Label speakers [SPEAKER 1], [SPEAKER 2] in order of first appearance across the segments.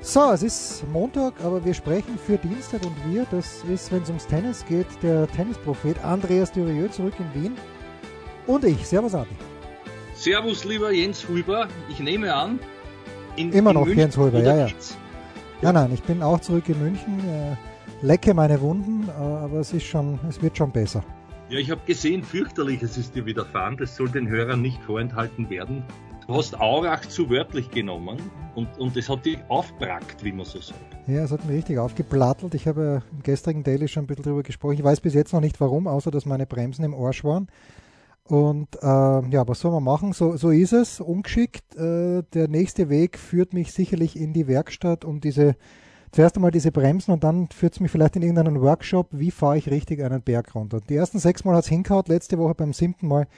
[SPEAKER 1] So, es ist Montag, aber wir sprechen für Dienstag und wir, das ist, wenn es ums Tennis geht, der Tennisprophet Andreas Durieux zurück in Wien und ich. Servus, Andi.
[SPEAKER 2] Servus, lieber Jens Huber. Ich nehme an, in,
[SPEAKER 1] Immer
[SPEAKER 2] in
[SPEAKER 1] noch
[SPEAKER 2] München
[SPEAKER 1] Jens Huber,
[SPEAKER 2] wieder
[SPEAKER 1] ja, ja.
[SPEAKER 2] geht's.
[SPEAKER 1] Nein, nein, ich bin auch zurück in München. Äh, lecke meine Wunden, äh, aber es ist schon, es wird schon besser.
[SPEAKER 2] Ja, ich habe gesehen, fürchterliches ist dir widerfahren. Das soll den Hörern nicht vorenthalten werden. Du hast Aurach zu wörtlich genommen und, und es hat dich aufbrackt, wie man so sagt.
[SPEAKER 1] Ja, es hat mich richtig aufgeplattelt. Ich habe ja im gestrigen Daily schon ein bisschen drüber gesprochen. Ich weiß bis jetzt noch nicht warum, außer dass meine Bremsen im Arsch waren. Und äh, ja, was soll man machen? So, so ist es, ungeschickt. Äh, der nächste Weg führt mich sicherlich in die Werkstatt, um diese, zuerst einmal diese Bremsen und dann führt es mich vielleicht in irgendeinen Workshop, wie fahre ich richtig einen Berg runter. Die ersten sechs Mal hat es hingehauen, letzte Woche beim siebten Mal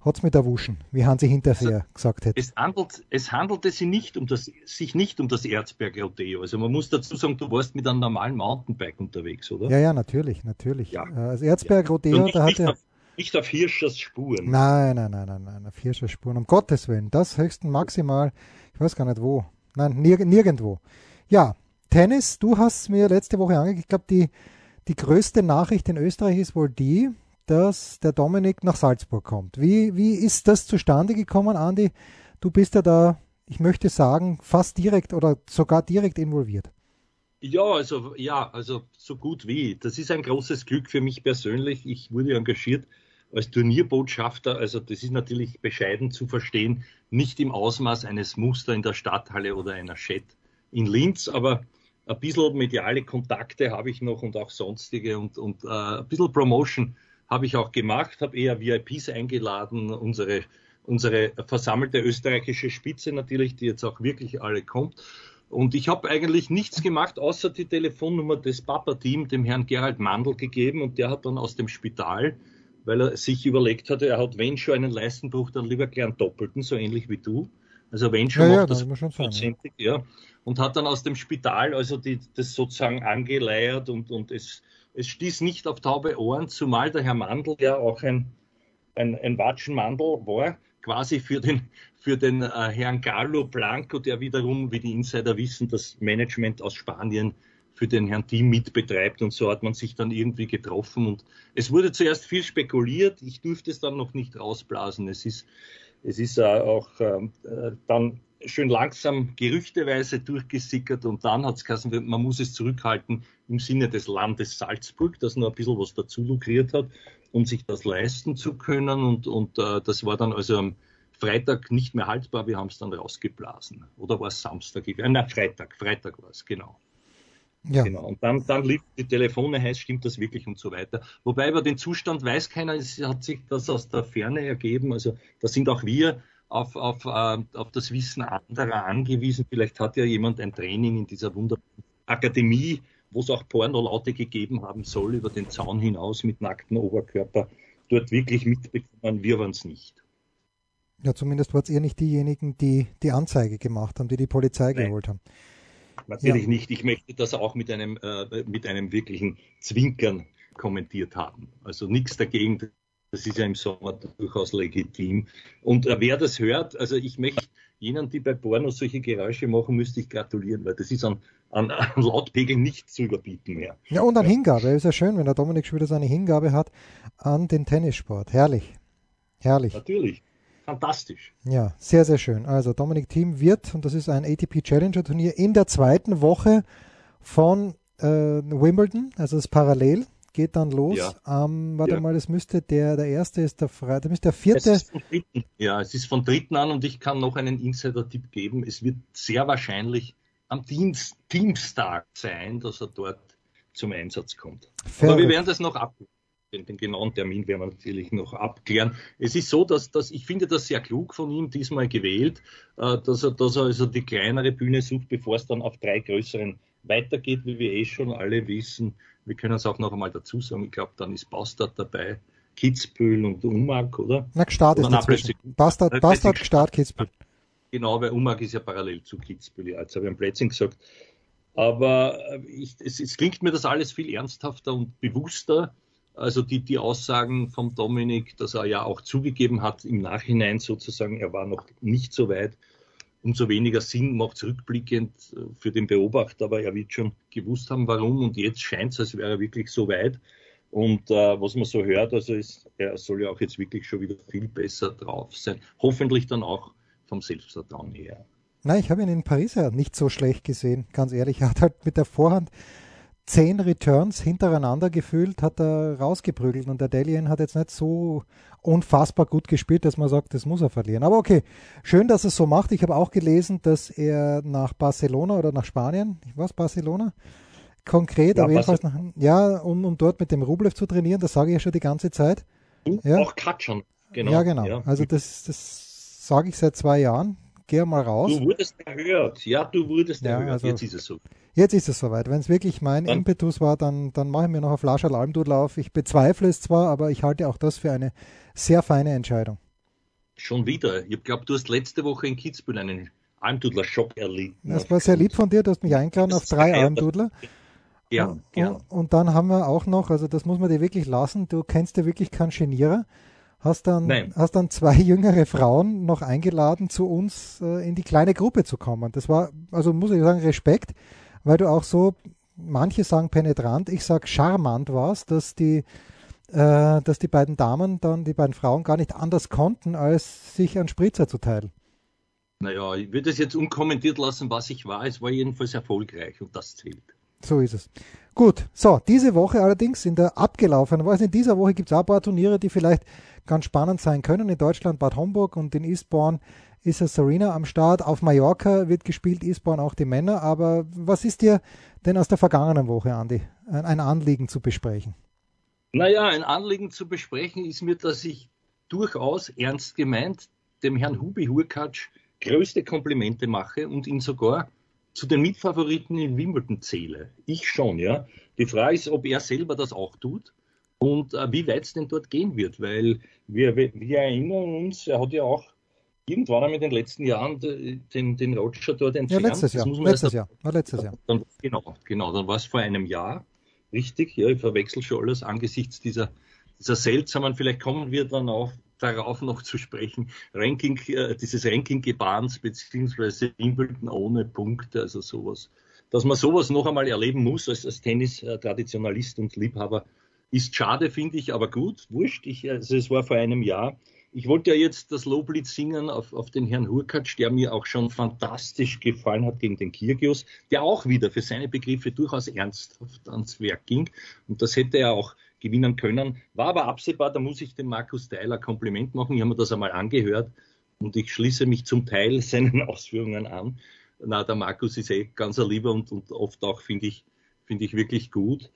[SPEAKER 1] hat es mit erwuschen, wie Hansi hinterher gesagt hätte.
[SPEAKER 2] Es, handelt, es handelte sich nicht, um das, sich nicht um das Erzberger Rodeo. Also man muss dazu sagen, du warst mit einem normalen Mountainbike unterwegs, oder?
[SPEAKER 1] Ja, ja, natürlich, natürlich.
[SPEAKER 2] Ja.
[SPEAKER 1] Äh, das Erzberg
[SPEAKER 2] Und
[SPEAKER 1] Rodeo,
[SPEAKER 2] nicht,
[SPEAKER 1] da hat
[SPEAKER 2] nicht,
[SPEAKER 1] er...
[SPEAKER 2] auf, nicht auf Hirschers Spuren.
[SPEAKER 1] Nein, nein, nein, nein, nein, auf Hirscherspuren. Um Gottes Willen, das höchsten maximal, ich weiß gar nicht wo. Nein, nirg nirgendwo. Ja, Tennis, du hast mir letzte Woche angekündigt, ich glaube, die, die größte Nachricht in Österreich ist wohl die, dass der Dominik nach Salzburg kommt. Wie, wie ist das zustande gekommen, Andi? Du bist ja da, ich möchte sagen, fast direkt oder sogar direkt involviert.
[SPEAKER 2] Ja, also ja, also so gut wie. Das ist ein großes Glück für mich persönlich. Ich wurde engagiert als Turnierbotschafter. Also das ist natürlich bescheiden zu verstehen, nicht im Ausmaß eines Muster in der Stadthalle oder einer Chat in Linz, aber ein bisschen mediale Kontakte habe ich noch und auch sonstige und, und äh, ein bisschen Promotion habe ich auch gemacht, habe eher VIPs eingeladen, unsere, unsere versammelte österreichische Spitze natürlich, die jetzt auch wirklich alle kommt. Und ich habe eigentlich nichts gemacht, außer die Telefonnummer des Papa-Team dem Herrn Gerald Mandl gegeben und der hat dann aus dem Spital, weil er sich überlegt hatte, er hat wenn schon einen Leistenbruch, dann lieber gern doppelten, so ähnlich wie du. Also wenn schon
[SPEAKER 1] Ja, ja,
[SPEAKER 2] macht das
[SPEAKER 1] das muss man schon sagen,
[SPEAKER 2] hundertprozentig, ja. Und hat dann aus dem Spital also die, das sozusagen angeleiert und, und es, es stieß nicht auf taube Ohren, zumal der Herr Mandl ja auch ein, ein, ein Watschenmandel war, quasi für den, für den äh, Herrn Carlo Blanco, der wiederum, wie die Insider wissen, das Management aus Spanien für den Herrn Team mitbetreibt und so hat man sich dann irgendwie getroffen und es wurde zuerst viel spekuliert, ich durfte es dann noch nicht rausblasen, es ist, es ist äh, auch ähm, äh, dann schön langsam gerüchteweise durchgesickert und dann hat es geheißen, man muss es zurückhalten im Sinne des Landes Salzburg, das noch ein bisschen was dazu lukriert hat um sich das leisten zu können. Und, und äh, das war dann also am Freitag nicht mehr haltbar. Wir haben es dann rausgeblasen. Oder war es Samstag? Ich, äh, nein, Freitag. Freitag war es, genau.
[SPEAKER 1] Ja,
[SPEAKER 2] genau. Und dann, dann lief die Telefone heiß, stimmt das wirklich und so weiter. Wobei über den Zustand weiß keiner, es hat sich das aus der Ferne ergeben. Also da sind auch wir auf, auf, äh, auf das Wissen anderer angewiesen. Vielleicht hat ja jemand ein Training in dieser wunderbaren Akademie, wo es auch Pornolaute gegeben haben soll, über den Zaun hinaus mit nacktem Oberkörper, dort wirklich mitbekommen. Wir waren es nicht.
[SPEAKER 1] ja zumindest waren es eher nicht diejenigen, die die Anzeige gemacht haben, die die Polizei
[SPEAKER 2] Nein.
[SPEAKER 1] geholt haben.
[SPEAKER 2] Natürlich nicht. Ich möchte das auch mit einem, äh, mit einem wirklichen Zwinkern kommentiert haben. Also nichts dagegen. Das ist ja im Sommer durchaus legitim. Und äh, wer das hört, also ich möchte jenen, die bei Pornos solche Geräusche machen, müsste ich gratulieren, weil das ist an, an, an Lautpegel nicht zu überbieten mehr.
[SPEAKER 1] Ja, und an
[SPEAKER 2] Ja.
[SPEAKER 1] Hingabe. Ist ja schön, wenn der Dominik schon wieder seine Hingabe hat an den Tennissport. Herrlich. Herrlich.
[SPEAKER 2] Natürlich. Fantastisch.
[SPEAKER 1] Ja, sehr, sehr schön. Also Dominik Thiem wird, und das ist ein ATP Challenger Turnier, in der zweiten Woche von äh, Wimbledon, also das Parallel, geht dann los.
[SPEAKER 2] Ja.
[SPEAKER 1] Am, warte
[SPEAKER 2] Ja.
[SPEAKER 1] mal, das müsste der, der erste ist der Freitag, das müsste der
[SPEAKER 2] Es
[SPEAKER 1] vierte.
[SPEAKER 2] ist vom dritten, ja, es ist vom dritten an und ich kann noch einen Insider-Tipp geben. Es wird sehr wahrscheinlich am Dienst, Teamstag sein, dass er dort zum Einsatz kommt. Aber wir
[SPEAKER 1] Verrückt.
[SPEAKER 2] werden das noch ab. Den, den genauen Termin werden wir natürlich noch abklären. Es ist so, dass, dass ich finde das sehr klug von ihm diesmal gewählt, äh, dass, er, dass er also die kleinere Bühne sucht, bevor es dann auf drei größeren weitergeht, wie wir eh schon alle wissen. Wir können es auch noch einmal dazu sagen. Ich glaube, dann ist Bastard dabei, Kitzbühel und Umag, oder?
[SPEAKER 1] Na, Gstaad
[SPEAKER 2] Oder
[SPEAKER 1] ist
[SPEAKER 2] na,
[SPEAKER 1] dazwischen.
[SPEAKER 2] plötzlich-
[SPEAKER 1] Bastard,
[SPEAKER 2] plötzlich
[SPEAKER 1] Bastard,
[SPEAKER 2] Gstaad.
[SPEAKER 1] Gstaad, Kitzbühel.
[SPEAKER 2] Genau, weil Umag ist ja parallel zu Kitzbühel, als habe ich am Plätzchen gesagt. Aber äh, ich, es, es klingt mir das alles viel ernsthafter und bewusster. Also die, die Aussagen vom Dominik, dass er ja auch zugegeben hat im Nachhinein sozusagen, er war noch nicht so weit. Umso weniger Sinn macht es rückblickend äh, für den Beobachter, aber er wird schon gewusst haben, warum. Und jetzt scheint es, als wäre er wirklich so weit. Und äh, was man so hört, also ist, er soll ja auch jetzt wirklich schon wieder viel besser drauf sein. Hoffentlich dann auch vom Selbstvertrauen her.
[SPEAKER 1] Nein, ich habe ihn in Paris ja nicht so schlecht gesehen, ganz ehrlich. Er hat halt mit der Vorhand zehn Returns hintereinander gefühlt, hat er rausgeprügelt und der Delian hat jetzt nicht so unfassbar gut gespielt, dass man sagt, das muss er verlieren. Aber okay, schön, dass er es so macht. Ich habe auch gelesen, dass er nach Barcelona oder nach Spanien, was Barcelona? Konkret,
[SPEAKER 2] Ja,
[SPEAKER 1] aber jedenfalls, nach, ja, um, um dort mit dem Rublev zu trainieren, das sage ich ja schon die ganze Zeit.
[SPEAKER 2] Und
[SPEAKER 1] Ja.
[SPEAKER 2] auch Katschern. Genau.
[SPEAKER 1] ja, genau.
[SPEAKER 2] Ja.
[SPEAKER 1] Also das, das sage ich seit zwei Jahren. Geh mal raus.
[SPEAKER 2] du wurdest erhört. Ja, du wurdest
[SPEAKER 1] Ja,
[SPEAKER 2] erhört.
[SPEAKER 1] also-
[SPEAKER 2] Jetzt ist es so.
[SPEAKER 1] Jetzt ist es soweit. Wenn es wirklich mein
[SPEAKER 2] Dann-
[SPEAKER 1] Impetus war, dann, dann mache ich mir noch eine Flasche Almdudel auf. Ich bezweifle es zwar, aber ich halte auch das für eine sehr feine Entscheidung.
[SPEAKER 2] Schon wieder. Ich glaube, du hast letzte Woche in Kitzbühel einen Almdudler-Schock erlitten.
[SPEAKER 1] Das war sehr lieb von dir, du hast mich eingeladen auf drei
[SPEAKER 2] Ja.
[SPEAKER 1] Almdudler.
[SPEAKER 2] Ja,
[SPEAKER 1] und,
[SPEAKER 2] ja.
[SPEAKER 1] und, und dann haben wir auch noch, also das muss man dir wirklich lassen, du kennst dir wirklich keinen Genierer. Hast dann,
[SPEAKER 2] Nein.
[SPEAKER 1] hast dann zwei jüngere Frauen noch eingeladen, zu uns äh, in die kleine Gruppe zu kommen. Das war, also muss ich sagen, Respekt, weil du auch so, manche sagen penetrant, ich sag charmant warst, dass die, äh, dass die beiden Damen dann, die beiden Frauen gar nicht anders konnten, als sich einen Spritzer zu teilen.
[SPEAKER 2] Naja, ich würde es jetzt unkommentiert lassen, was ich war. Es war jedenfalls erfolgreich und das zählt.
[SPEAKER 1] So ist es. Gut, so, diese Woche allerdings in der abgelaufenen Woche, also in dieser Woche gibt es auch ein paar Turniere, die vielleicht ganz spannend sein können. In Deutschland Bad Homburg und in Eastbourne ist ja Serena am Start. Auf Mallorca wird gespielt, Eastbourne auch die Männer. Aber was ist dir denn aus der vergangenen Woche, Andi, ein ein Anliegen zu besprechen?
[SPEAKER 2] Naja, ein Anliegen zu besprechen ist mir, dass ich durchaus ernst gemeint dem Herrn Hubi Hurkacz größte Komplimente mache und ihn sogar zu den Mitfavoriten in Wimbledon zähle. Ich schon, ja. Die Frage ist, ob er selber das auch tut und äh, wie weit es denn dort gehen wird, weil wir, wir, wir erinnern uns, er hat ja auch irgendwann einmal in den letzten Jahren äh, den, den Roger dort
[SPEAKER 1] Ja,
[SPEAKER 2] entfernt.
[SPEAKER 1] letztes Jahr.
[SPEAKER 2] Das muss man
[SPEAKER 1] Letztes
[SPEAKER 2] erst
[SPEAKER 1] Jahr. War letztes Jahr.
[SPEAKER 2] dann, genau, genau, dann war es vor einem Jahr. Richtig, ja, ich verwechsel schon alles angesichts dieser, dieser seltsamen, vielleicht kommen wir dann auch darauf noch zu sprechen, Ranking, äh, dieses Ranking-Gebahns beziehungsweise Wimbledon ohne Punkte, also sowas. Dass man sowas noch einmal erleben muss als, als Tennis-Traditionalist und Liebhaber, ist schade, finde ich, aber gut, wurscht. Ich, also es war vor einem Jahr. Ich wollte ja jetzt das Loblied singen auf, auf den Herrn Hurkacz, der mir auch schon fantastisch gefallen hat gegen den Kirgios, der auch wieder für seine Begriffe durchaus ernsthaft ans Werk ging. Und das hätte er auch gewinnen können. War aber absehbar, da muss ich dem Markus Theiler Kompliment machen. Ich habe mir das einmal angehört und ich schließe mich zum Teil seinen Ausführungen an. Na, der Markus ist eh ganz ein Lieber und, und oft auch, finde ich, finde ich wirklich gut.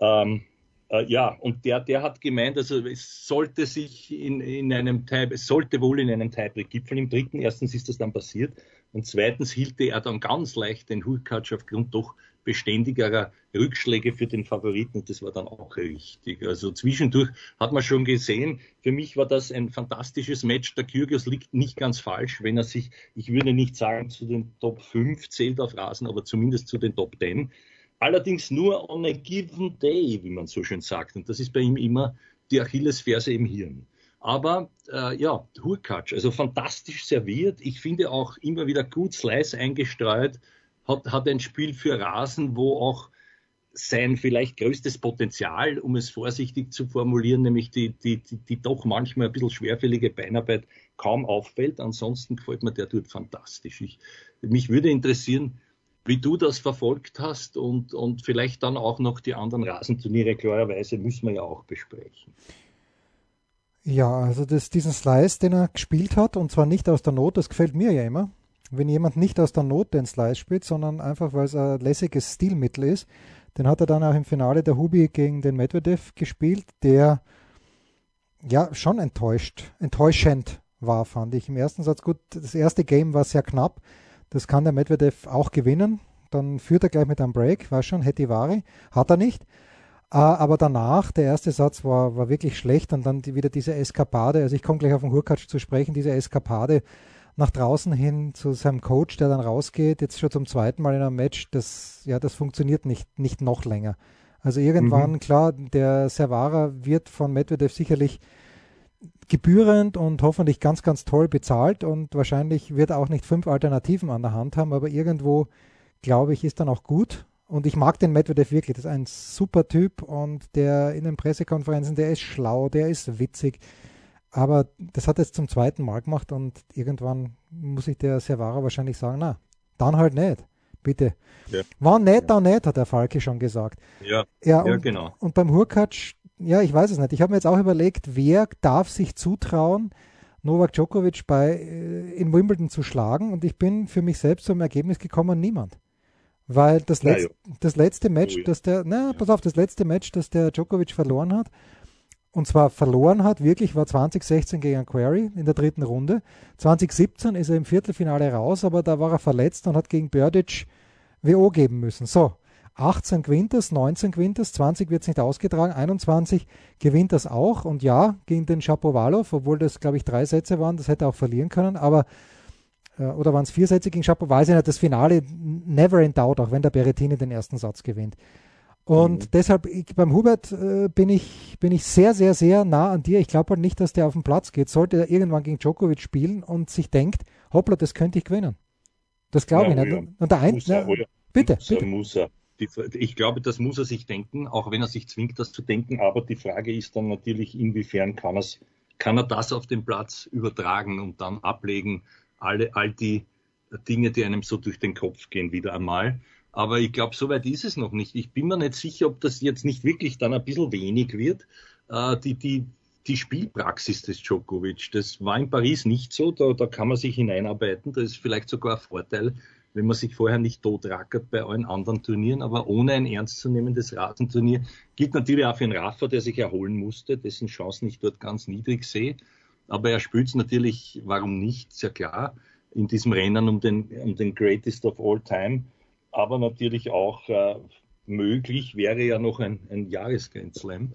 [SPEAKER 2] Ähm, äh, ja, und der, der hat gemeint, also es sollte sich in, in einem Teil, es sollte wohl in einem Tiebreak gipfeln. Im dritten, erstens ist das dann passiert. Und zweitens hielt er dann ganz leicht den Hulkatsch aufgrund doch beständigerer Rückschläge für den Favoriten. Und das war dann auch richtig. Also zwischendurch hat man schon gesehen, für mich war das ein fantastisches Match. Der Kyrgios liegt nicht ganz falsch, wenn er sich, ich würde nicht sagen, zu den Top 5 zählt auf Rasen, aber zumindest zu den Top 10. Allerdings nur on a given day, wie man so schön sagt. Und das ist bei ihm immer die Achillesferse im Hirn. Aber äh, ja, Hurkacz, also fantastisch serviert. Ich finde auch immer wieder gut Slice eingestreut. Hat, hat ein Spiel für Rasen, wo auch sein vielleicht größtes Potenzial, um es vorsichtig zu formulieren, nämlich die, die, die, die doch manchmal ein bisschen schwerfällige Beinarbeit kaum auffällt. Ansonsten gefällt mir der dort fantastisch. Ich, mich würde interessieren, wie du das verfolgt hast und, und vielleicht dann auch noch die anderen Rasenturniere, klarerweise müssen wir ja auch besprechen.
[SPEAKER 1] Ja, also das, diesen Slice, den er gespielt hat, und zwar nicht aus der Not, das gefällt mir ja immer. Wenn jemand nicht aus der Not den Slice spielt, sondern einfach, weil es ein lässiges Stilmittel ist, Den hat er dann auch im Finale der Hubi gegen den Medvedev gespielt, der ja schon enttäuscht, enttäuschend war, fand ich. Im ersten Satz gut, das erste Game war sehr knapp. Das kann der Medvedev auch gewinnen. Dann führt er gleich mit einem Break, war schon, hätte Ware, hat er nicht. Ah, Aber danach, der erste Satz war, war wirklich schlecht und dann die, wieder diese Eskapade, also ich komme gleich auf den Hurkacz zu sprechen, diese Eskapade nach draußen hin zu seinem Coach, der dann rausgeht, jetzt schon zum zweiten Mal in einem Match, das, ja, das funktioniert nicht, nicht noch länger. Also irgendwann, mhm. klar, der Servara wird von Medvedev sicherlich gebührend und hoffentlich ganz, ganz toll bezahlt und wahrscheinlich wird er auch nicht fünf Alternativen an der Hand haben, aber irgendwo, glaube ich, ist dann auch gut. Und ich mag den Medvedev wirklich. Das ist ein super Typ und der in den Pressekonferenzen, der ist schlau, der ist witzig. Aber das hat er jetzt zum zweiten Mal gemacht und irgendwann muss ich der Servara wahrscheinlich sagen, na, dann halt nicht. Bitte. Ja. War nett, ja. dann nicht, hat der Falke schon gesagt.
[SPEAKER 2] Ja, ja,
[SPEAKER 1] und, ja
[SPEAKER 2] genau.
[SPEAKER 1] Und beim Hurkacz ja, ich weiß es nicht. Ich habe mir jetzt auch überlegt, wer darf sich zutrauen, Novak Djokovic bei, äh, in Wimbledon zu schlagen. Und ich bin für mich selbst zum Ergebnis gekommen, niemand. Weil das, ja, letzt, ja. das letzte Match, oh, ja. das der, na, pass auf, das letzte Match, das der Djokovic verloren hat, und zwar verloren hat, wirklich war 2016 gegen Query in der dritten Runde. 2017 ist er im Viertelfinale raus, aber da war er verletzt und hat gegen Berdych WO geben müssen. So, 18 gewinnt das, 19 gewinnt das, 20 wird es nicht ausgetragen, 21 gewinnt das auch und ja, gegen den Schapowalow, obwohl das, glaube ich, drei Sätze waren, das hätte er auch verlieren können, aber äh, oder waren es vier Sätze gegen Schapowalow, weiß ich nicht, das Finale never in doubt, auch wenn der Berrettini den ersten Satz gewinnt. Und mhm. deshalb, ich, beim Hubert äh, bin, ich, bin ich sehr, sehr, sehr nah an dir. Ich glaube halt nicht, dass der auf den Platz geht. Sollte er irgendwann gegen Djokovic spielen und sich denkt, hoppla, das könnte ich gewinnen. Das glaube ja, ich nicht. Ja. Und der Ein na, bitte,
[SPEAKER 2] Musa,
[SPEAKER 1] bitte.
[SPEAKER 2] Musa. Die, ich glaube, das muss er sich denken, auch wenn er sich zwingt, das zu denken. Aber die Frage ist dann natürlich, inwiefern kann, er's, kann er das auf den Platz übertragen und dann ablegen, alle, all die Dinge, die einem so durch den Kopf gehen, wieder einmal. Aber ich glaube, so weit ist es noch nicht. Ich bin mir nicht sicher, ob das jetzt nicht wirklich dann ein bisschen wenig wird. Äh, die, die, die Spielpraxis des Djokovic, das war in Paris nicht so. Da, da kann man sich hineinarbeiten. Das ist vielleicht sogar ein Vorteil, wenn man sich vorher nicht totrackert bei allen anderen Turnieren, aber ohne ein ernstzunehmendes Rasenturnier. Gilt natürlich auch für einen Rafa, der sich erholen musste, dessen Chancen ich dort ganz niedrig sehe. Aber er spielt es natürlich, warum nicht, sehr klar, in diesem Rennen um den, um den Greatest of All Time. Aber natürlich auch äh, möglich wäre ja noch ein, ein Jahresgrenz Slam.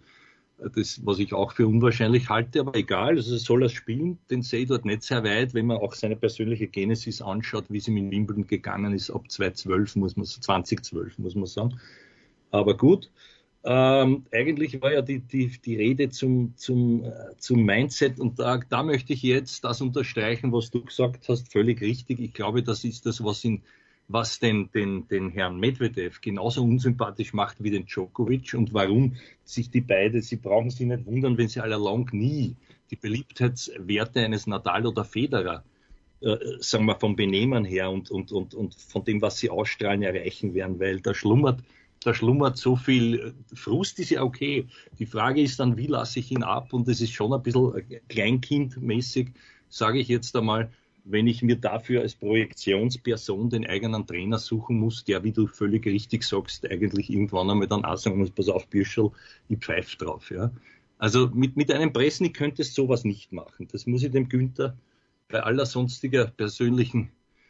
[SPEAKER 2] Das, was ich auch für unwahrscheinlich halte, aber egal, also soll er spielen, den sehe ich dort nicht sehr weit, wenn man auch seine persönliche Genesis anschaut, wie es ihm in Wimbledon gegangen ist, ab 2012 muss man, 2012 muss man sagen. Aber gut, ähm, eigentlich war ja die, die, die Rede zum, zum, äh, zum Mindset und da, da möchte ich jetzt das unterstreichen, was du gesagt hast, völlig richtig. Ich glaube, das ist das, was ihn was den, den, den Herrn Medvedev genauso unsympathisch macht wie den Djokovic und warum sich die beiden, sie brauchen sich nicht wundern, wenn sie allalong nie die Beliebtheitswerte eines Nadal oder Federer, äh, sagen wir vom Benehmen her und, und, und, und von dem, was sie ausstrahlen, erreichen werden, weil da schlummert, da schlummert so viel Frust, ist ja okay. Die Frage ist dann, wie lasse ich ihn ab? Und das ist schon ein bisschen kleinkindmäßig, sage ich jetzt einmal, wenn ich mir dafür als Projektionsperson den eigenen Trainer suchen muss, der, wie du völlig richtig sagst, eigentlich irgendwann einmal dann auch sagen muss, pass auf, Bürschel, ich pfeife drauf. Ja? Also mit, mit einem Presnik könntest du sowas nicht machen. Das muss ich dem Günther bei aller sonstiger persönlichen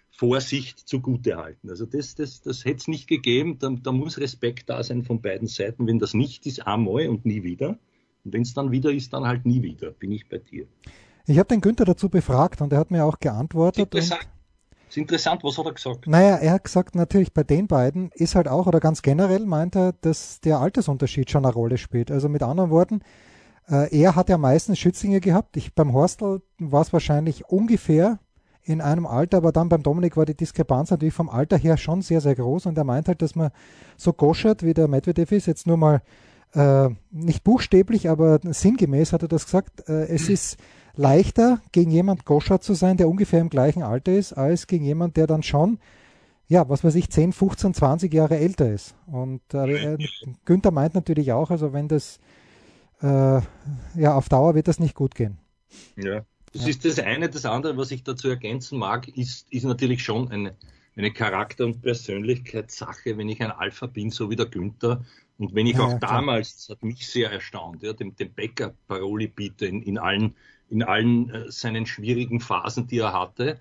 [SPEAKER 2] Vorsicht zugutehalten. Also das, das, das hätte es nicht gegeben. Da, da muss Respekt da sein von beiden Seiten. Wenn das nicht ist, einmal und nie wieder. Und wenn es dann wieder ist, dann halt nie wieder. Bin ich bei dir.
[SPEAKER 1] Ich habe den Günther dazu befragt und er hat mir auch geantwortet.
[SPEAKER 2] Das ist interessant. Das ist interessant, was hat er gesagt?
[SPEAKER 1] Naja, er hat gesagt, natürlich bei den beiden ist halt auch, oder ganz generell meint er, dass der Altersunterschied schon eine Rolle spielt. Also mit anderen Worten, äh, er hat ja meistens Schützlinge gehabt. Ich, beim Horstel war es wahrscheinlich ungefähr in einem Alter, aber dann beim Dominik war die Diskrepanz natürlich vom Alter her schon sehr, sehr groß und er meint halt, dass man so goschert, wie der Medvedev ist, jetzt nur mal äh, nicht buchstäblich, aber sinngemäß hat er das gesagt, äh, es ist leichter, gegen jemand Goscha zu sein, der ungefähr im gleichen Alter ist, als gegen jemand, der dann schon, ja, was weiß ich, 10, 15, 20 Jahre älter ist. Und äh, Günther meint natürlich auch, also wenn das, äh, ja, auf Dauer wird das nicht gut gehen.
[SPEAKER 2] Ja, das ja. ist das eine. Das andere, was ich dazu ergänzen mag, ist, ist natürlich schon eine, eine Charakter- und Persönlichkeitssache, wenn ich ein Alpha bin, so wie der Günther. Und wenn ich
[SPEAKER 1] Ja,
[SPEAKER 2] auch
[SPEAKER 1] ja, klar.
[SPEAKER 2] damals, das hat mich sehr erstaunt, ja, dem, dem Bäcker Paroli biete in, in allen, in allen äh, seinen schwierigen Phasen, die er hatte,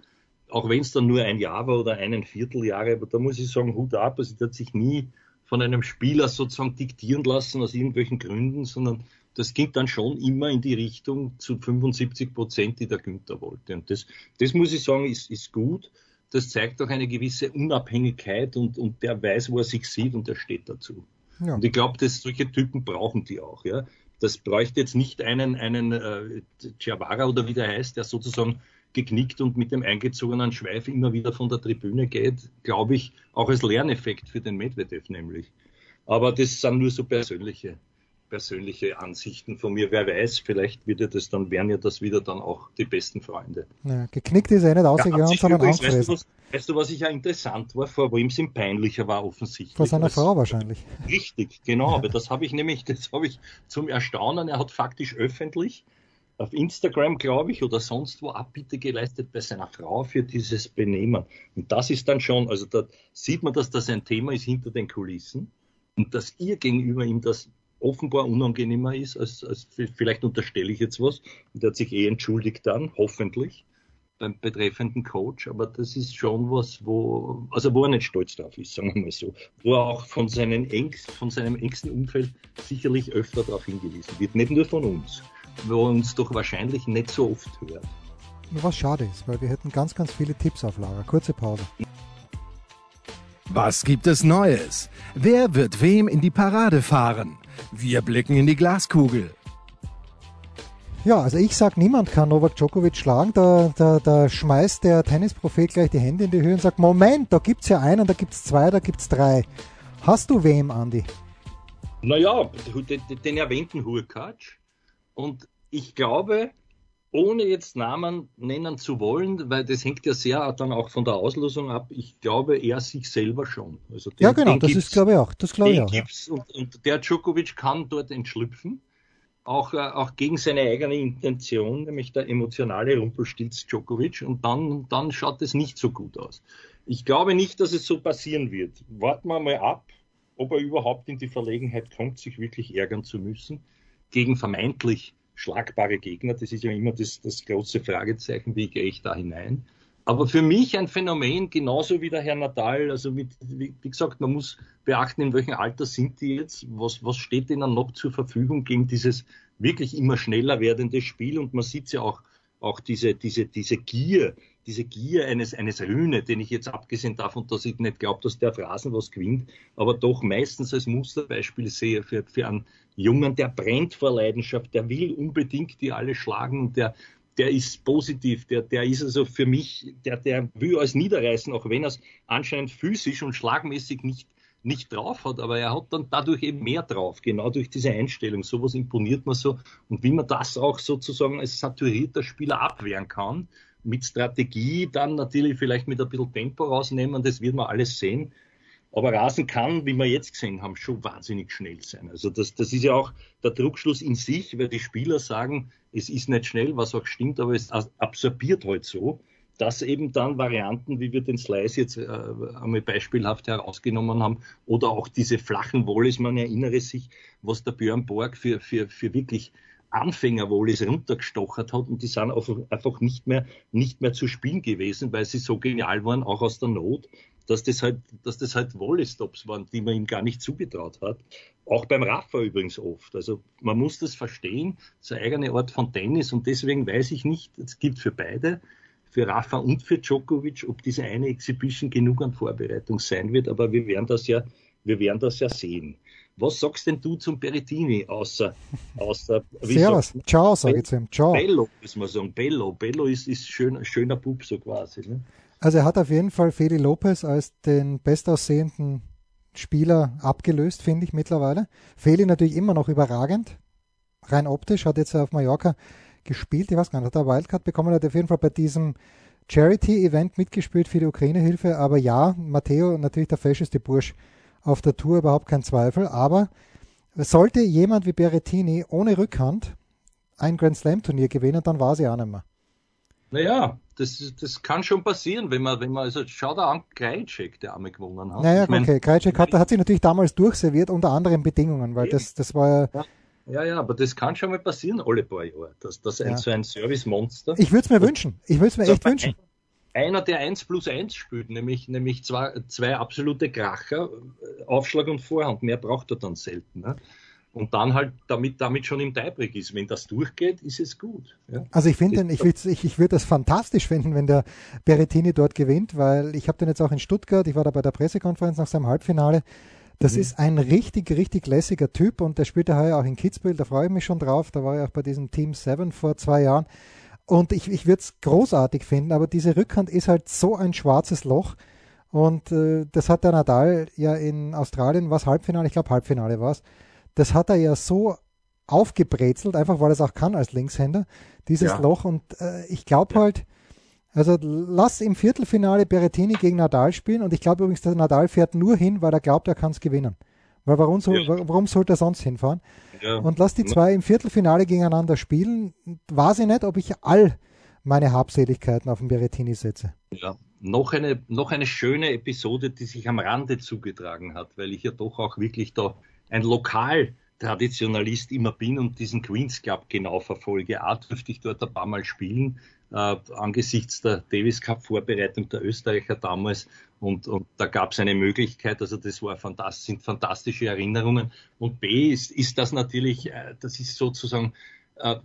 [SPEAKER 2] auch wenn es dann nur ein Jahr war oder einen Vierteljahre, aber da muss ich sagen, Hut ab, also der hat sich nie von einem Spieler sozusagen diktieren lassen aus irgendwelchen Gründen, sondern das ging dann schon immer in die Richtung zu 75 Prozent, die der Günther wollte. Und das, das muss ich sagen, ist, ist gut. Das zeigt auch eine gewisse Unabhängigkeit und, und der weiß, wo er sich sieht und der steht dazu.
[SPEAKER 1] Ja.
[SPEAKER 2] Und ich glaube, dass solche Typen brauchen die auch, ja. Das bräuchte jetzt nicht einen, einen äh, Javara oder wie der heißt, der sozusagen geknickt und mit dem eingezogenen Schweif immer wieder von der Tribüne geht, glaube ich, auch als Lerneffekt für den Medvedev nämlich. Aber das sind nur so persönliche, persönliche Ansichten von mir. Wer weiß, vielleicht wird ja das dann, wären ja das wieder dann auch die besten Freunde.
[SPEAKER 1] Ja, geknickt ist er nicht
[SPEAKER 2] Ja, hat
[SPEAKER 1] ausgegangen,
[SPEAKER 2] sich
[SPEAKER 1] sondern
[SPEAKER 2] übrigens- weißt, du,
[SPEAKER 1] angefressen.
[SPEAKER 2] was, weißt du, was ich ja interessant war, vor wem es ihm peinlicher war offensichtlich?
[SPEAKER 1] Von seiner
[SPEAKER 2] als-
[SPEAKER 1] Frau wahrscheinlich.
[SPEAKER 2] Richtig, genau. Aber das habe ich nämlich, das habe ich zum Erstaunen. Er hat faktisch öffentlich auf Instagram, glaube ich, oder sonst wo Abbitte geleistet bei seiner Frau für dieses Benehmen. Und das ist dann schon, also da sieht man, dass das ein Thema ist hinter den Kulissen und dass ihr gegenüber ihm das offenbar unangenehmer ist, als, als vielleicht unterstelle ich jetzt was. Und er hat sich eh entschuldigt dann, hoffentlich, beim betreffenden Coach. Aber das ist schon was, wo, also wo er nicht stolz drauf ist, sagen wir mal so. Wo er auch von, seinen engst, von seinem engsten Umfeld sicherlich öfter darauf hingewiesen wird. Nicht nur von uns, wo er uns doch wahrscheinlich nicht so oft hört.
[SPEAKER 1] Was schade ist, weil wir hätten ganz, ganz viele Tipps auf Lager. Kurze Pause.
[SPEAKER 3] Was gibt es Neues? Wer wird wem in die Parade fahren? Wir blicken in die Glaskugel.
[SPEAKER 1] Ja, also ich sag, niemand kann Novak Djokovic schlagen. Da, da, da schmeißt der Tennisprophet gleich die Hände in die Höhe und sagt, Moment, da gibt's ja einen, da gibt's zwei, da gibt's drei. Hast du wem, Andi?
[SPEAKER 2] Naja, den, den erwähnten Hurkacz. Und ich glaube, ohne jetzt Namen nennen zu wollen, weil das hängt ja sehr dann auch von der Auslosung ab, ich glaube, er sich selber schon. Also den,
[SPEAKER 1] Ja, genau,
[SPEAKER 2] den
[SPEAKER 1] das
[SPEAKER 2] gibt's-
[SPEAKER 1] ist, glaube ich, auch. Das glaube ich
[SPEAKER 2] den
[SPEAKER 1] auch. Ja.
[SPEAKER 2] gibt's und, und der Djokovic kann dort entschlüpfen, auch, äh, auch gegen seine eigene Intention, nämlich der emotionale Rumpelstilz Djokovic, und dann, dann schaut es nicht so gut aus. Ich glaube nicht, dass es so passieren wird. Warten wir mal ab, ob er überhaupt in die Verlegenheit kommt, sich wirklich ärgern zu müssen gegen vermeintlich schlagbare Gegner. Das ist ja immer das, das große Fragezeichen, wie gehe ich da hinein. Aber für mich ein Phänomen, genauso wie der Herr Nadal. Also mit, wie, wie gesagt, man muss beachten, in welchem Alter sind die jetzt, was, was steht ihnen noch zur Verfügung gegen dieses wirklich immer schneller werdende Spiel. Und man sieht ja auch, auch diese, diese, diese Gier, diese Gier eines, eines Rühne, den ich jetzt abgesehen davon, dass ich nicht glaube, dass der Phrasen was gewinnt, aber doch meistens als Musterbeispiel sehe für, für einen Jungen, der brennt vor Leidenschaft, der will unbedingt die alle schlagen und der, der ist positiv, der, der ist also für mich, der, der will alles niederreißen, auch wenn er es anscheinend physisch und schlagmäßig nicht, nicht drauf hat, aber er hat dann dadurch eben mehr drauf, genau durch diese Einstellung. Sowas imponiert man so und wie man das auch sozusagen als saturierter Spieler abwehren kann, mit Strategie, dann natürlich vielleicht mit ein bisschen Tempo rausnehmen, das wird man alles sehen. Aber Rasen kann, wie wir jetzt gesehen haben, schon wahnsinnig schnell sein. Also das, das ist ja auch der Druckschluss in sich, weil die Spieler sagen, es ist nicht schnell, was auch stimmt, aber es as- absorbiert halt so, dass eben dann Varianten, wie wir den Slice jetzt äh, einmal beispielhaft herausgenommen haben, oder auch diese flachen Volleys, man erinnere sich, was der Björn Borg für, für, für wirklich Anfängervolleys runtergestochert hat und die sind auf- einfach nicht mehr, nicht mehr zu spielen gewesen, weil sie so genial waren, auch aus der Not, dass das halt, dass das halt Volleystops waren, die man ihm gar nicht zugetraut hat. Auch beim Rafa übrigens oft. Also man muss das verstehen, seine eigene Art von Tennis und deswegen weiß ich nicht, es gibt für beide, für Rafa und für Djokovic, ob diese eine Exhibition genug an Vorbereitung sein wird, aber wir werden das ja, wir werden das ja sehen. Was sagst denn du zum Berrettini, außer, außer wie
[SPEAKER 1] Servus. Ah.
[SPEAKER 2] sagt man?
[SPEAKER 1] Ciao, sage ich zu ihm. Ciao.
[SPEAKER 2] Bello, muss man sagen. Bello, Bello ist, ist schön, schöner Bub so quasi. Ne?
[SPEAKER 1] Also er hat auf jeden Fall Feli Lopez als den bestaussehenden Spieler abgelöst, finde ich mittlerweile. Feli natürlich immer noch überragend. Rein optisch hat jetzt auf Mallorca gespielt. Ich weiß gar nicht, hat er Wildcard bekommen, hat auf jeden Fall bei diesem Charity-Event mitgespielt für die Ukraine-Hilfe. Aber ja, Matteo natürlich der fescheste Bursch auf der Tour, überhaupt kein Zweifel. Aber sollte jemand wie Berrettini ohne Rückhand ein Grand Slam-Turnier gewinnen, dann war sie auch nicht mehr.
[SPEAKER 2] Naja, das, das kann schon passieren, wenn man, wenn man, also schau da an, Krajicek, der einmal gewonnen hat.
[SPEAKER 1] Naja,
[SPEAKER 2] Ich mein,
[SPEAKER 1] okay. Krajicek hat, hat sich natürlich damals durchserviert unter anderen Bedingungen, weil das, das war ja.
[SPEAKER 2] Ja, ja, aber das kann schon mal passieren, alle paar Jahre, dass, dass
[SPEAKER 1] Ja.
[SPEAKER 2] ein, so ein Service-Monster.
[SPEAKER 1] Ich würde es mir wünschen. Ich würde es mir
[SPEAKER 2] So
[SPEAKER 1] echt
[SPEAKER 2] ein-
[SPEAKER 1] wünschen.
[SPEAKER 2] Einer, der 1 plus 1 spielt, nämlich, nämlich zwei, zwei absolute Kracher, äh, Aufschlag und Vorhand, mehr braucht er dann selten. Ne? Und dann halt, damit, damit schon im Teibrig ist. Wenn das durchgeht, ist es gut. Ja?
[SPEAKER 1] Also ich finde, den- ich würde ich, ich würd das fantastisch finden, wenn der Berrettini dort gewinnt, weil ich habe den jetzt auch in Stuttgart, ich war da bei der Pressekonferenz nach seinem Halbfinale.
[SPEAKER 2] Mhm.
[SPEAKER 1] Das ist ein richtig, richtig lässiger Typ und der spielt daher auch in Kitzbühel, da freue ich mich schon drauf. Da war ich auch bei diesem Team 7 vor zwei Jahren. Und ich, ich würde es großartig finden, aber diese Rückhand ist halt so ein schwarzes Loch. Und äh, das hat der Nadal ja in Australien, was Halbfinale, ich glaube Halbfinale war es, das hat er ja so aufgebrezelt, einfach weil er es auch kann als Linkshänder, dieses
[SPEAKER 2] Ja.
[SPEAKER 1] Loch. Und äh, ich glaube halt, also lass im Viertelfinale Berrettini gegen Nadal spielen. Und ich glaube übrigens, der Nadal fährt nur hin, weil er glaubt, er kann es gewinnen. Weil warum, so,
[SPEAKER 2] Ja.
[SPEAKER 1] warum sollte er sonst hinfahren?
[SPEAKER 2] Ja.
[SPEAKER 1] Und lass die zwei im Viertelfinale gegeneinander spielen. Weiß ich nicht, ob ich all meine Habseligkeiten auf den Berrettini setze.
[SPEAKER 2] Ja, noch eine, noch eine schöne Episode, die sich am Rande zugetragen hat, weil ich ja doch auch wirklich da ein Lokaltraditionalist immer bin und diesen Queens Club genau verfolge. A, dürfte ich dort ein paar Mal spielen, äh, angesichts der Davis Cup Vorbereitung der Österreicher damals. Und, und da gab es eine Möglichkeit, also das war fantastisch, sind fantastische Erinnerungen. Und B, ist, ist das natürlich, äh, das ist sozusagen äh,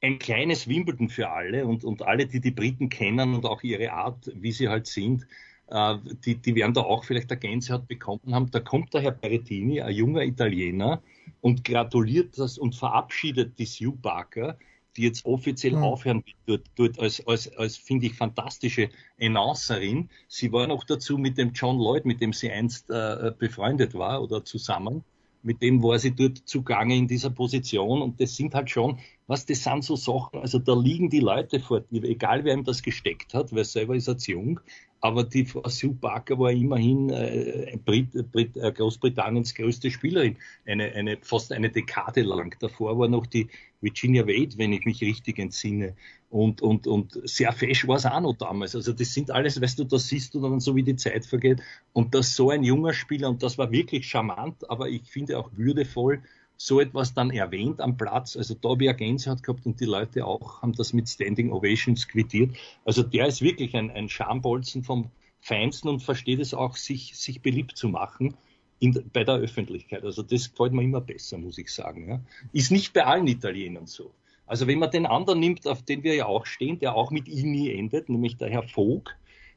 [SPEAKER 2] ein kleines Wimbledon für alle und, und alle, die die Briten kennen und auch ihre Art, wie sie halt sind, äh, die, die werden da auch vielleicht eine Gänsehaut bekommen haben. Da kommt der Herr Berrettini, ein junger Italiener, und gratuliert das und verabschiedet die Sue Barker, die jetzt offiziell
[SPEAKER 1] Mhm.
[SPEAKER 2] aufhören wird, dort, dort als, als, als finde ich, fantastische Announcerin. Sie war noch dazu mit dem John Lloyd, mit dem sie einst äh, befreundet war oder zusammen mit dem war sie dort zugange in dieser Position und das sind halt schon, was das sind so Sachen, also da liegen die Leute vor dir, egal wer ihm das gesteckt hat, weil selber ist er zu jung, aber die Frau Sue Barker war immerhin äh, Brit, Brit, äh, Großbritanniens größte Spielerin, eine, eine, fast eine Dekade lang. Davor war noch die Virginia Wade, wenn ich mich richtig entsinne. Und, und, und sehr fesch war es auch noch damals. Also das sind alles, weißt du, das siehst du dann so, wie die Zeit vergeht. Und dass so ein junger Spieler, und das war wirklich charmant, aber ich finde auch würdevoll, so etwas dann erwähnt am Platz. Also da habe ich eine Gänsehaut gehabt und die Leute auch haben das mit Standing Ovations quittiert. Also der ist wirklich ein, ein Schambolzen vom Feinsten und versteht es auch, sich, sich beliebt zu machen in, bei der Öffentlichkeit. Also das gefällt mir immer besser, muss ich sagen. Ja. Ist nicht bei allen Italienern so. Also wenn man den anderen nimmt, auf den wir ja auch stehen, der auch mit Ini endet, nämlich der Herr Vogt,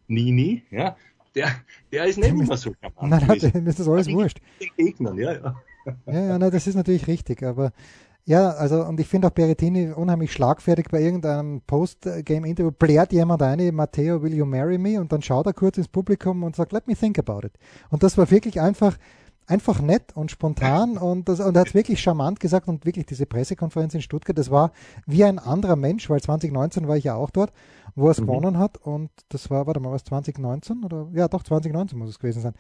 [SPEAKER 2] Nini, ja, der, der ist nicht
[SPEAKER 1] Dem ist-
[SPEAKER 2] immer so charmant.
[SPEAKER 1] Nein, nein,
[SPEAKER 2] gewesen.
[SPEAKER 1] dem ist das alles
[SPEAKER 2] Aber ich-
[SPEAKER 1] wurscht.
[SPEAKER 2] Den Gegnern, ja, ja.
[SPEAKER 1] Ja, ja, nein, das ist natürlich richtig, aber ja, also und ich finde auch Berrettini unheimlich schlagfertig bei irgendeinem Post-Game-Interview blärt jemand eine, Matteo, will you marry me? Und dann schaut er kurz ins Publikum und sagt, let me think about it. Und das war wirklich einfach, einfach nett und spontan und, das, und er hat es wirklich charmant gesagt und wirklich diese Pressekonferenz in Stuttgart, das war wie ein anderer Mensch, weil 2019 war ich ja auch dort, wo er es
[SPEAKER 2] Mhm.
[SPEAKER 1] gewonnen hat und das war, warte mal, war es 2019 oder? Ja, doch, 2019 muss es gewesen sein.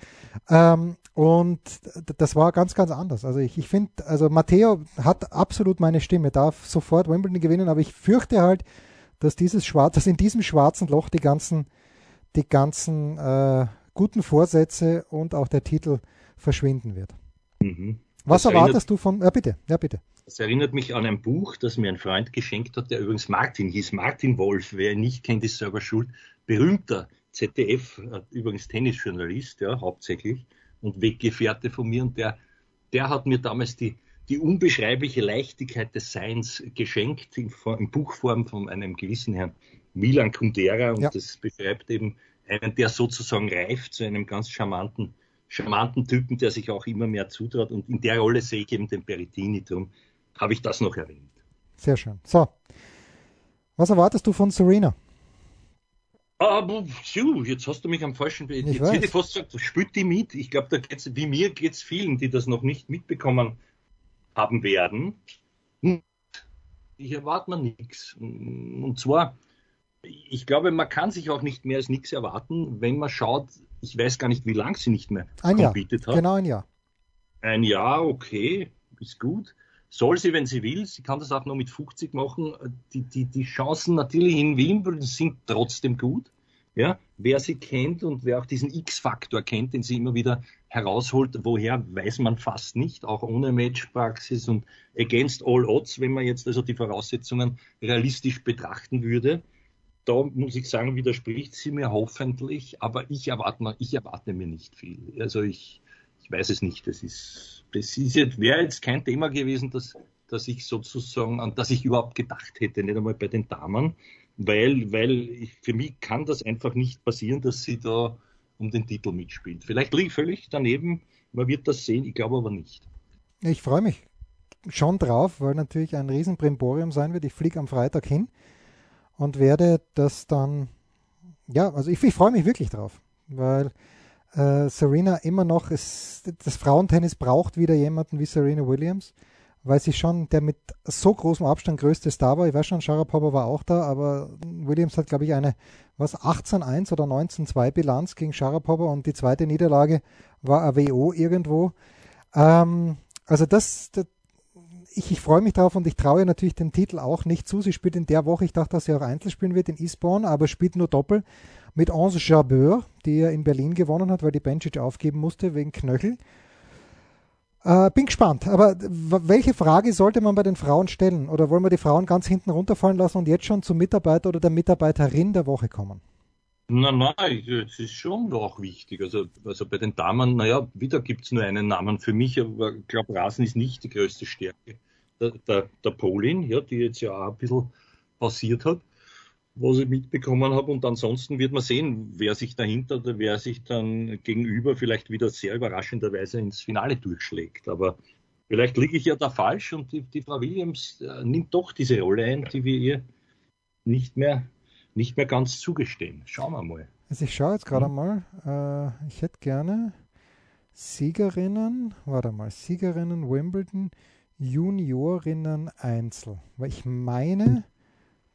[SPEAKER 1] Ähm, und d- das war ganz, ganz anders. Also ich, ich finde, also Matteo hat absolut meine Stimme, darf sofort Wimbledon gewinnen, aber ich fürchte halt, dass dieses Schwarz, dass in diesem schwarzen Loch die ganzen, die ganzen äh, guten Vorsätze und auch der Titel verschwinden wird.
[SPEAKER 2] Mhm.
[SPEAKER 1] Was
[SPEAKER 2] Das
[SPEAKER 1] erwartest du von? Ja bitte, ja bitte.
[SPEAKER 2] Das erinnert mich an ein Buch, das mir ein Freund geschenkt hat, der übrigens Martin hieß, Martin Wolf. Wer ihn nicht kennt, ist selber schuld. Berühmter ZDF, äh, übrigens Tennisjournalist, ja, hauptsächlich, und Weggefährte von mir. Und der, der hat mir damals die, die unbeschreibliche Leichtigkeit des Seins geschenkt, in, Form- in Buchform von einem gewissen Herrn Milan Kundera. Und
[SPEAKER 1] Ja.
[SPEAKER 2] das beschreibt eben einen, der sozusagen reift zu einem ganz charmanten, charmanten Typen, der sich auch immer mehr zutraut. Und in der Rolle sehe ich eben den Berrettini drum. Habe ich das noch erwähnt?
[SPEAKER 1] Sehr schön. So. Was erwartest du von Serena?
[SPEAKER 2] Ah, bu- pfiuh, jetzt hast du mich am falschen Be
[SPEAKER 1] Ich
[SPEAKER 2] Jetzt hätte
[SPEAKER 1] weiß.
[SPEAKER 2] ich fast gesagt, spürt die mit. Ich glaube, da geht's, wie mir geht es vielen, die das noch nicht mitbekommen haben werden. Ich erwarte mir nichts. Und zwar, ich glaube, man kann sich auch nicht mehr als nichts erwarten, wenn man schaut, ich weiß gar nicht, wie lange sie nicht mehr
[SPEAKER 1] Ein Jahr.
[SPEAKER 2] competed hat.
[SPEAKER 1] Genau ein Jahr.
[SPEAKER 2] Ein Jahr, okay, ist gut. soll sie, wenn sie will, sie kann das auch noch mit 50 machen, die, die, die Chancen natürlich in Wimbledon sind trotzdem gut. Ja, wer sie kennt und wer auch diesen X-Faktor kennt, den sie immer wieder herausholt, woher weiß man fast nicht, auch ohne Matchpraxis und against all odds, wenn man jetzt also die Voraussetzungen realistisch betrachten würde. Da muss ich sagen, widerspricht sie mir hoffentlich, aber ich erwarte, ich erwarte mir nicht viel. Also ich, ich weiß es nicht. Das ist, das ist jetzt, wäre jetzt kein Thema gewesen, dass, dass ich sozusagen, an das ich überhaupt gedacht hätte, nicht einmal bei den Damen weil, weil ich, für mich kann das einfach nicht passieren, dass sie da um den Titel mitspielt. Vielleicht liege ich völlig daneben, man wird das sehen, ich glaube aber nicht.
[SPEAKER 1] Ich freue mich schon drauf, weil natürlich ein Riesenbrimborium sein wird. Ich fliege am Freitag hin und werde das dann, ja, also ich, ich freue mich wirklich drauf, weil äh, Serena immer noch, ist, das Frauentennis braucht wieder jemanden wie Serena Williams weil sie schon der mit so großem Abstand größte Star war. Ich weiß schon, Sharapova war auch da, aber Williams hat, glaube ich, eine was 18-1 oder 19-2 Bilanz gegen Sharapova und die zweite Niederlage war ein WO irgendwo. Ähm, also das, das ich, ich freue mich drauf und ich traue natürlich den Titel auch nicht zu. Sie spielt in der Woche, ich dachte, dass sie auch Einzel spielen wird in Eastbourne, aber spielt nur Doppel mit Anse Jabeur, die er in Berlin gewonnen hat, weil die Benčić aufgeben musste wegen Knöchel. Äh, bin gespannt. Aber welche Frage sollte man bei den Frauen stellen? Oder wollen wir die Frauen ganz hinten runterfallen lassen und jetzt schon zum Mitarbeiter oder der Mitarbeiterin der Woche kommen?
[SPEAKER 2] Nein, nein, es ist schon auch wichtig. Also, also bei den Damen, naja, wieder gibt es nur einen Namen für mich, aber ich glaube, Rasen ist nicht die größte Stärke. Der, der, der Polin, ja, die jetzt ja auch ein bisschen passiert hat, was ich mitbekommen habe. Und ansonsten wird man sehen, wer sich dahinter oder wer sich dann gegenüber vielleicht wieder sehr überraschenderweise ins Finale durchschlägt. Aber vielleicht liege ich ja da falsch und die, die, Frau Williams äh, nimmt doch diese Rolle ein, die wir ihr nicht mehr, nicht mehr ganz zugestehen. Schauen wir mal.
[SPEAKER 1] Also ich schaue jetzt gerade hm. mal. Äh, ich hätte gerne Siegerinnen, warte mal, Siegerinnen Wimbledon, Juniorinnen Einzel. Weil ich meine.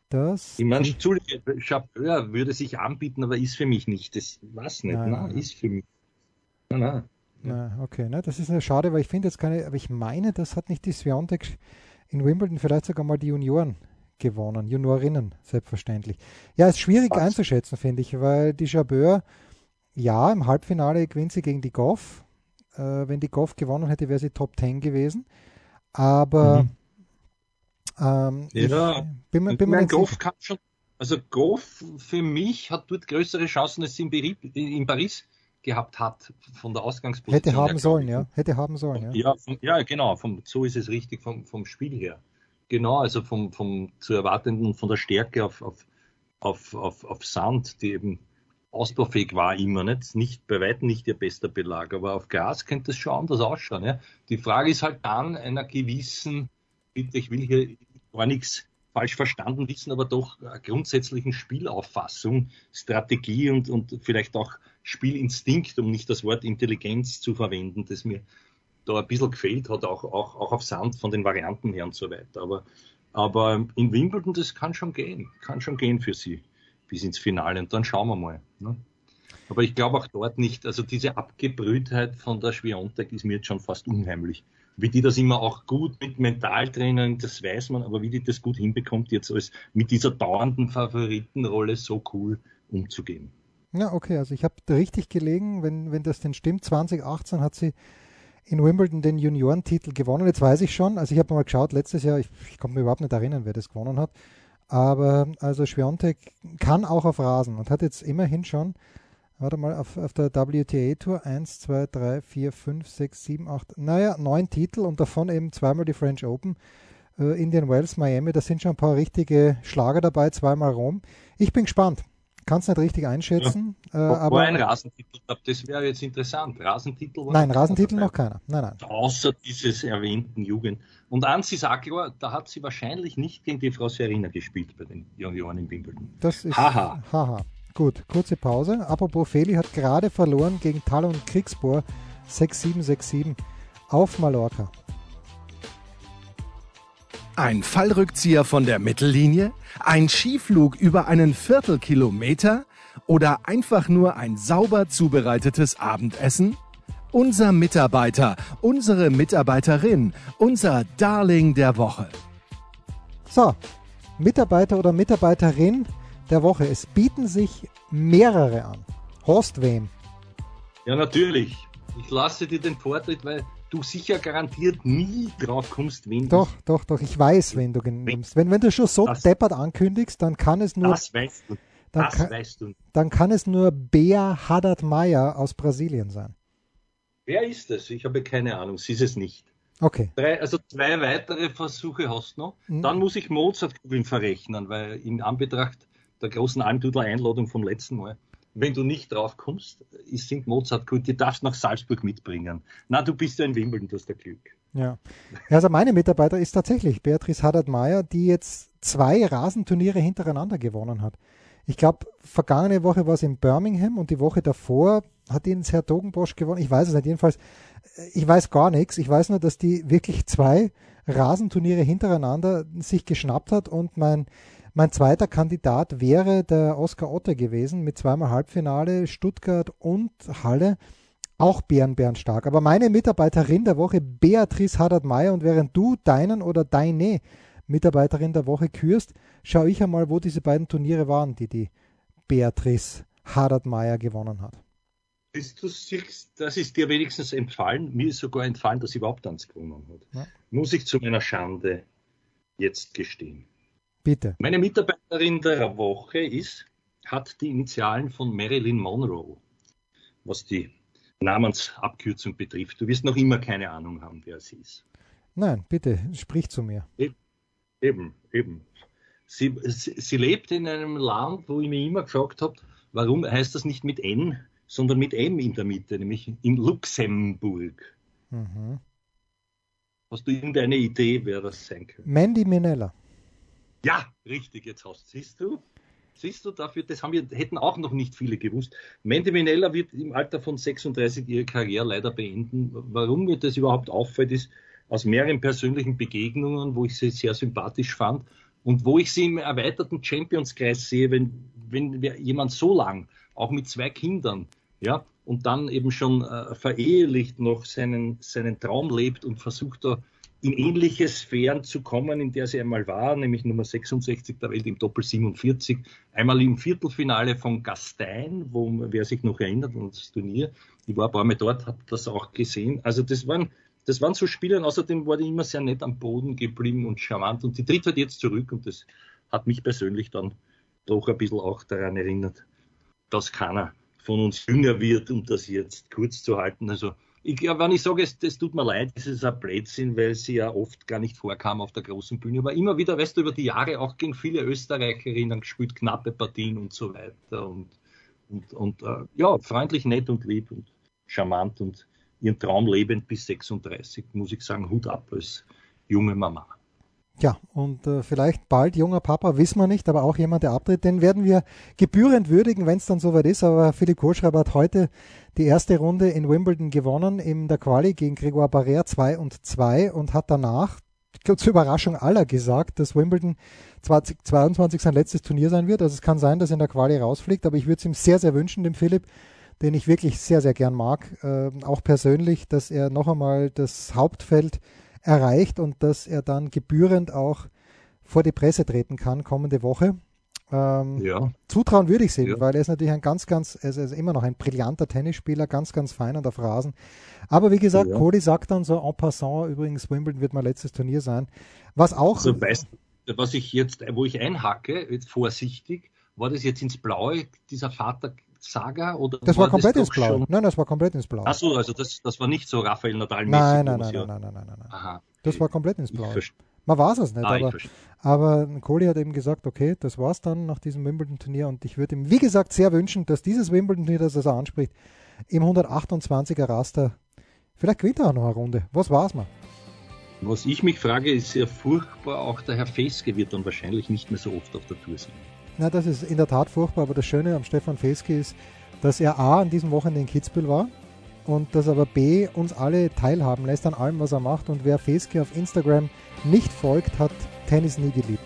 [SPEAKER 1] Das
[SPEAKER 2] ich
[SPEAKER 1] Hm.
[SPEAKER 2] meine, Entschuldige, Chapeur würde sich anbieten, aber ist für mich nicht. Das was nicht. Nein, nein, nein, ist für mich.
[SPEAKER 1] Nein, nein. nein okay, ne? das ist ja schade, weil ich finde jetzt keine, aber ich meine, das hat nicht die Sviontek in Wimbledon vielleicht sogar mal die Junioren gewonnen, Juniorinnen, selbstverständlich. Ja, ist schwierig was? einzuschätzen, finde ich, weil die Chabeur, ja, im Halbfinale gewinnt sie gegen die Goff. Äh, wenn die Goff gewonnen hätte, wäre sie Top 10 gewesen. Aber. Mhm.
[SPEAKER 2] Ähm, ja, bin, bin, bin mein Goff kann schon, also Goff für mich hat dort größere Chancen, als sie in, Berib, in Paris gehabt hat, von der Ausgangsposition.
[SPEAKER 1] Hätte haben her, sollen, ja. Hätte haben sollen,
[SPEAKER 2] ja. Ja, von, ja genau, vom, so ist es richtig vom, vom Spiel her. Genau, also vom, vom zu erwartenden, von der Stärke auf, auf, auf, auf, auf Sand, die eben ausbaufähig war immer nicht, nicht bei weitem nicht ihr bester Belag, aber auf Gras könnte es schon anders ausschauen. Ja. Die Frage ist halt dann einer gewissen, bitte, ich will hier gar nichts falsch verstanden wissen, aber doch grundsätzlichen Spielauffassung, Strategie und, und vielleicht auch Spielinstinkt, um nicht das Wort Intelligenz zu verwenden, das mir da ein bisschen gefehlt hat, auch, auch, auch auf Sand von den Varianten her und so weiter. Aber, aber in Wimbledon, das kann schon gehen, kann schon gehen für sie bis ins Finale und dann schauen wir mal. Ne? Aber ich glaube auch dort nicht, also diese Abgebrühtheit von der Schwiontek ist mir jetzt schon fast unheimlich wie die das immer auch gut mit Mentaltrainern, das weiß man, aber wie die das gut hinbekommt, jetzt als mit dieser dauernden Favoritenrolle so cool umzugehen.
[SPEAKER 1] Ja, okay, also ich habe richtig gelegen, wenn, wenn das denn stimmt. 2018 hat sie in Wimbledon den Juniorentitel gewonnen. Jetzt weiß ich schon, also ich habe mal geschaut, letztes Jahr, ich, ich konnte mir überhaupt nicht erinnern, wer das gewonnen hat. Aber also Schwiontek kann auch auf Rasen und hat jetzt immerhin schon Warte mal, auf, auf der WTA-Tour 1, 2, 3, 4, 5, 6, 7, 8, naja, neun Titel und davon eben zweimal die French Open, äh, Indian Wells, Miami, da sind schon ein paar richtige Schlager dabei, zweimal Rom. Ich bin gespannt. Kann es nicht richtig einschätzen. Ja. Äh, War aber
[SPEAKER 2] ein Rasentitel, das wäre jetzt interessant. Rasentitel?
[SPEAKER 1] Nein, Rasentitel noch keiner. Nein, nein.
[SPEAKER 2] Außer dieses erwähnten Jugend. Und Ansi Sakler, da hat sie wahrscheinlich nicht gegen die Frau Serena gespielt bei den Junioren in Wimbledon.
[SPEAKER 1] Das ist. Haha. Haha. Gut, kurze Pause. Apropos Feli hat gerade verloren gegen Talon Kriegsbohr 6-7-6-7 auf Mallorca.
[SPEAKER 3] Ein Fallrückzieher von der Mittellinie? Ein Skiflug über einen Viertelkilometer? Oder einfach nur ein sauber zubereitetes Abendessen? unser Mitarbeiter, unsere Mitarbeiterin, unser Darling der Woche.
[SPEAKER 1] So, Mitarbeiter oder Mitarbeiterin der Woche. Es bieten sich mehrere an. Horst wem?
[SPEAKER 2] Ja, natürlich. Ich lasse dir den Vortritt, weil du sicher garantiert nie drauf kommst, wen
[SPEAKER 1] Doch, doch, doch. Ich weiß, wen du nimmst. Wenn, wenn du schon so
[SPEAKER 2] Das-
[SPEAKER 1] deppert ankündigst, dann kann es nur,
[SPEAKER 2] das weißt du.
[SPEAKER 1] dann
[SPEAKER 2] Das
[SPEAKER 1] kann,
[SPEAKER 2] weißt du.
[SPEAKER 1] dann kann es nur Bea Haddad Meyer aus Brasilien sein.
[SPEAKER 2] Wer ist es? Ich habe keine Ahnung. Sie ist es nicht.
[SPEAKER 1] Okay.
[SPEAKER 2] Drei, also zwei weitere Versuche hast du noch.
[SPEAKER 1] Mhm.
[SPEAKER 2] Dann muss ich Mozartkugeln verrechnen, weil in Anbetracht der großen Almdudler-Einladung vom letzten Mal, wenn du nicht drauf kommst, es sind Mozartkugeln, die darfst du nach Salzburg mitbringen. Na, du bist ja in Wimbledon, du hast ja Glück.
[SPEAKER 1] Ja. Ja, Also meine Mitarbeiter ist tatsächlich Beatrice Haddad-Meyer, die jetzt zwei Rasenturniere hintereinander gewonnen hat. Ich glaube, vergangene Woche war es in Birmingham und die Woche davor hat ihn Herr Dogenbosch gewonnen. Ich weiß es nicht. Jedenfalls, äh, ich weiß gar nichts. Ich weiß nur, dass die wirklich zwei Rasenturniere hintereinander sich geschnappt hat und mein, mein zweiter Kandidat wäre der Oskar Otte gewesen mit zweimal Halbfinale Stuttgart und Halle auch Bären, Bären stark. Aber meine Mitarbeiterin der Woche, Beatrice Haddad-Meyer, und während du deinen oder deine Mitarbeiterin der Woche kürst, schaue ich einmal, wo diese beiden Turniere waren, die die Beatrice Haddad-Meyer gewonnen hat.
[SPEAKER 2] Bist du sicher- Das ist dir wenigstens entfallen. Mir ist sogar entfallen, dass sie überhaupt eins gewonnen hat.
[SPEAKER 1] Ja.
[SPEAKER 2] Muss ich zu meiner Schande jetzt gestehen.
[SPEAKER 1] Bitte.
[SPEAKER 2] Meine Mitarbeiterin der Woche ist, hat die Initialen von Marilyn Monroe, was die Namensabkürzung betrifft. Du wirst noch immer keine Ahnung haben, wer sie ist.
[SPEAKER 1] Nein, bitte, sprich zu mir.
[SPEAKER 2] Eben, eben. Sie, sie, sie lebt in einem Land, wo ich mich immer gefragt habe, warum heißt das nicht mit N, sondern mit M in der Mitte, nämlich in Luxemburg.
[SPEAKER 1] Mhm.
[SPEAKER 2] Hast du irgendeine Idee, wer das sein könnte?
[SPEAKER 1] Mandy Minella.
[SPEAKER 2] Ja, richtig, jetzt hast siehst du. Siehst du, dafür, das haben wir, hätten auch noch nicht viele gewusst. Mandy Minella wird im Alter von 36 ihre Karriere leider beenden. Warum mir das überhaupt auffällt, ist aus mehreren persönlichen Begegnungen, wo ich sie sehr sympathisch fand und wo ich sie im erweiterten Champions-Kreis sehe, wenn, wenn wer- jemand so lang, auch mit zwei Kindern, ja, und dann eben schon äh, verehelicht noch seinen, seinen Traum lebt und versucht da in ähnliche Sphären zu kommen, in der sie einmal war, nämlich Nummer 66 der Welt im Doppel 47, einmal im Viertelfinale von Gastein, wo wer sich noch erinnert an das Turnier, ich war ein paar Mal dort, habe das auch gesehen. Also das waren das waren so Spiele und außerdem war die immer sehr nett am Boden geblieben und charmant und die tritt halt jetzt zurück und das hat mich persönlich dann doch ein bisschen auch daran erinnert, dass keiner von uns jünger wird, um das jetzt kurz zu halten. Also ich, ja, wenn ich sage, es, das tut mir leid, es ist ein Blödsinn, weil sie ja oft gar nicht vorkam auf der großen Bühne, aber immer wieder, weißt du, über die Jahre auch gegen viele Österreicherinnen gespielt, knappe Partien und so weiter und, und, und äh, ja, freundlich, nett und lieb und charmant und ihren Traum lebend bis 36, muss ich sagen, Hut ab als junge Mama.
[SPEAKER 1] Ja, und äh, vielleicht bald junger Papa, wissen wir nicht, aber auch jemand, der abtritt, den werden wir gebührend würdigen, wenn es dann soweit ist. Aber Philipp Kohlschreiber hat heute die erste Runde in Wimbledon gewonnen, in der Quali gegen Grégoire Barrère 2 und 2 und hat danach, ich glaube zur Überraschung aller, gesagt, dass Wimbledon 2022 sein letztes Turnier sein wird. Also es kann sein, dass er in der Quali rausfliegt, aber ich würde es ihm sehr, sehr wünschen, dem Philipp, den ich wirklich sehr, sehr gern mag, äh, auch persönlich, dass er noch einmal das Hauptfeld erreicht und dass er dann gebührend auch vor die Presse treten kann kommende Woche. Ähm,
[SPEAKER 2] Ja,
[SPEAKER 1] Zutrauen würde ich sehen,
[SPEAKER 2] Ja.
[SPEAKER 1] weil er ist natürlich ein ganz, ganz, er ist, er ist immer noch ein brillanter Tennisspieler, ganz, ganz fein und auf Rasen. Aber wie gesagt,
[SPEAKER 2] Ja.
[SPEAKER 1] Kohli sagt dann so en passant, übrigens Wimbledon wird mein letztes Turnier sein, was auch,
[SPEAKER 2] also weißt du, was ich jetzt, wo ich einhacke, jetzt vorsichtig, war das jetzt ins Blaue, dieser Vater-Saga? Oder
[SPEAKER 1] das war komplett ins
[SPEAKER 2] doch
[SPEAKER 1] Blaue.
[SPEAKER 2] schon-
[SPEAKER 1] Nein, das war komplett ins Blaue.
[SPEAKER 2] Ach so, also das, das war nicht so Raphael Nadal
[SPEAKER 1] nein, nein, nein, nein, nein, nein, nein, nein, nein.
[SPEAKER 2] Aha.
[SPEAKER 1] Das war komplett ins
[SPEAKER 2] ich
[SPEAKER 1] Blaue.
[SPEAKER 2] verstehe.
[SPEAKER 1] Man weiß es nicht,
[SPEAKER 2] Ah, ich
[SPEAKER 1] aber
[SPEAKER 2] verstehe.
[SPEAKER 1] Aber Kohli hat eben gesagt, okay, das war's dann nach diesem Wimbledon-Turnier und ich würde ihm, wie gesagt, sehr wünschen, dass dieses Wimbledon-Turnier, das er anspricht, im 128er Raster, vielleicht gewinnt er auch noch eine Runde. Was war's mal?
[SPEAKER 2] Was ich mich frage, ist ja furchtbar, auch der Herr Feske wird dann wahrscheinlich nicht mehr so oft auf der Tour sein.
[SPEAKER 1] Na, das ist in der Tat furchtbar, aber das Schöne am Stefan Feske ist, dass er A, an diesem Wochenende in Kitzbühel war und dass aber B, uns alle teilhaben lässt an allem, was er macht und wer Feske auf Instagram nicht folgt, hat Tennis nie geliebt.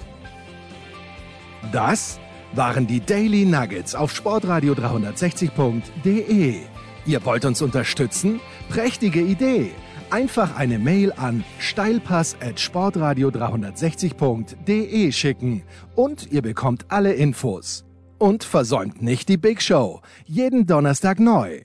[SPEAKER 3] Das waren die Daily Nuggets auf sportradio360.de. E. Ihr wollt uns unterstützen? Prächtige Idee! Einfach eine Mail an steilpass.sportradio360.de E schicken und ihr bekommt alle Infos. Und versäumt nicht die Big Show. Jeden Donnerstag neu.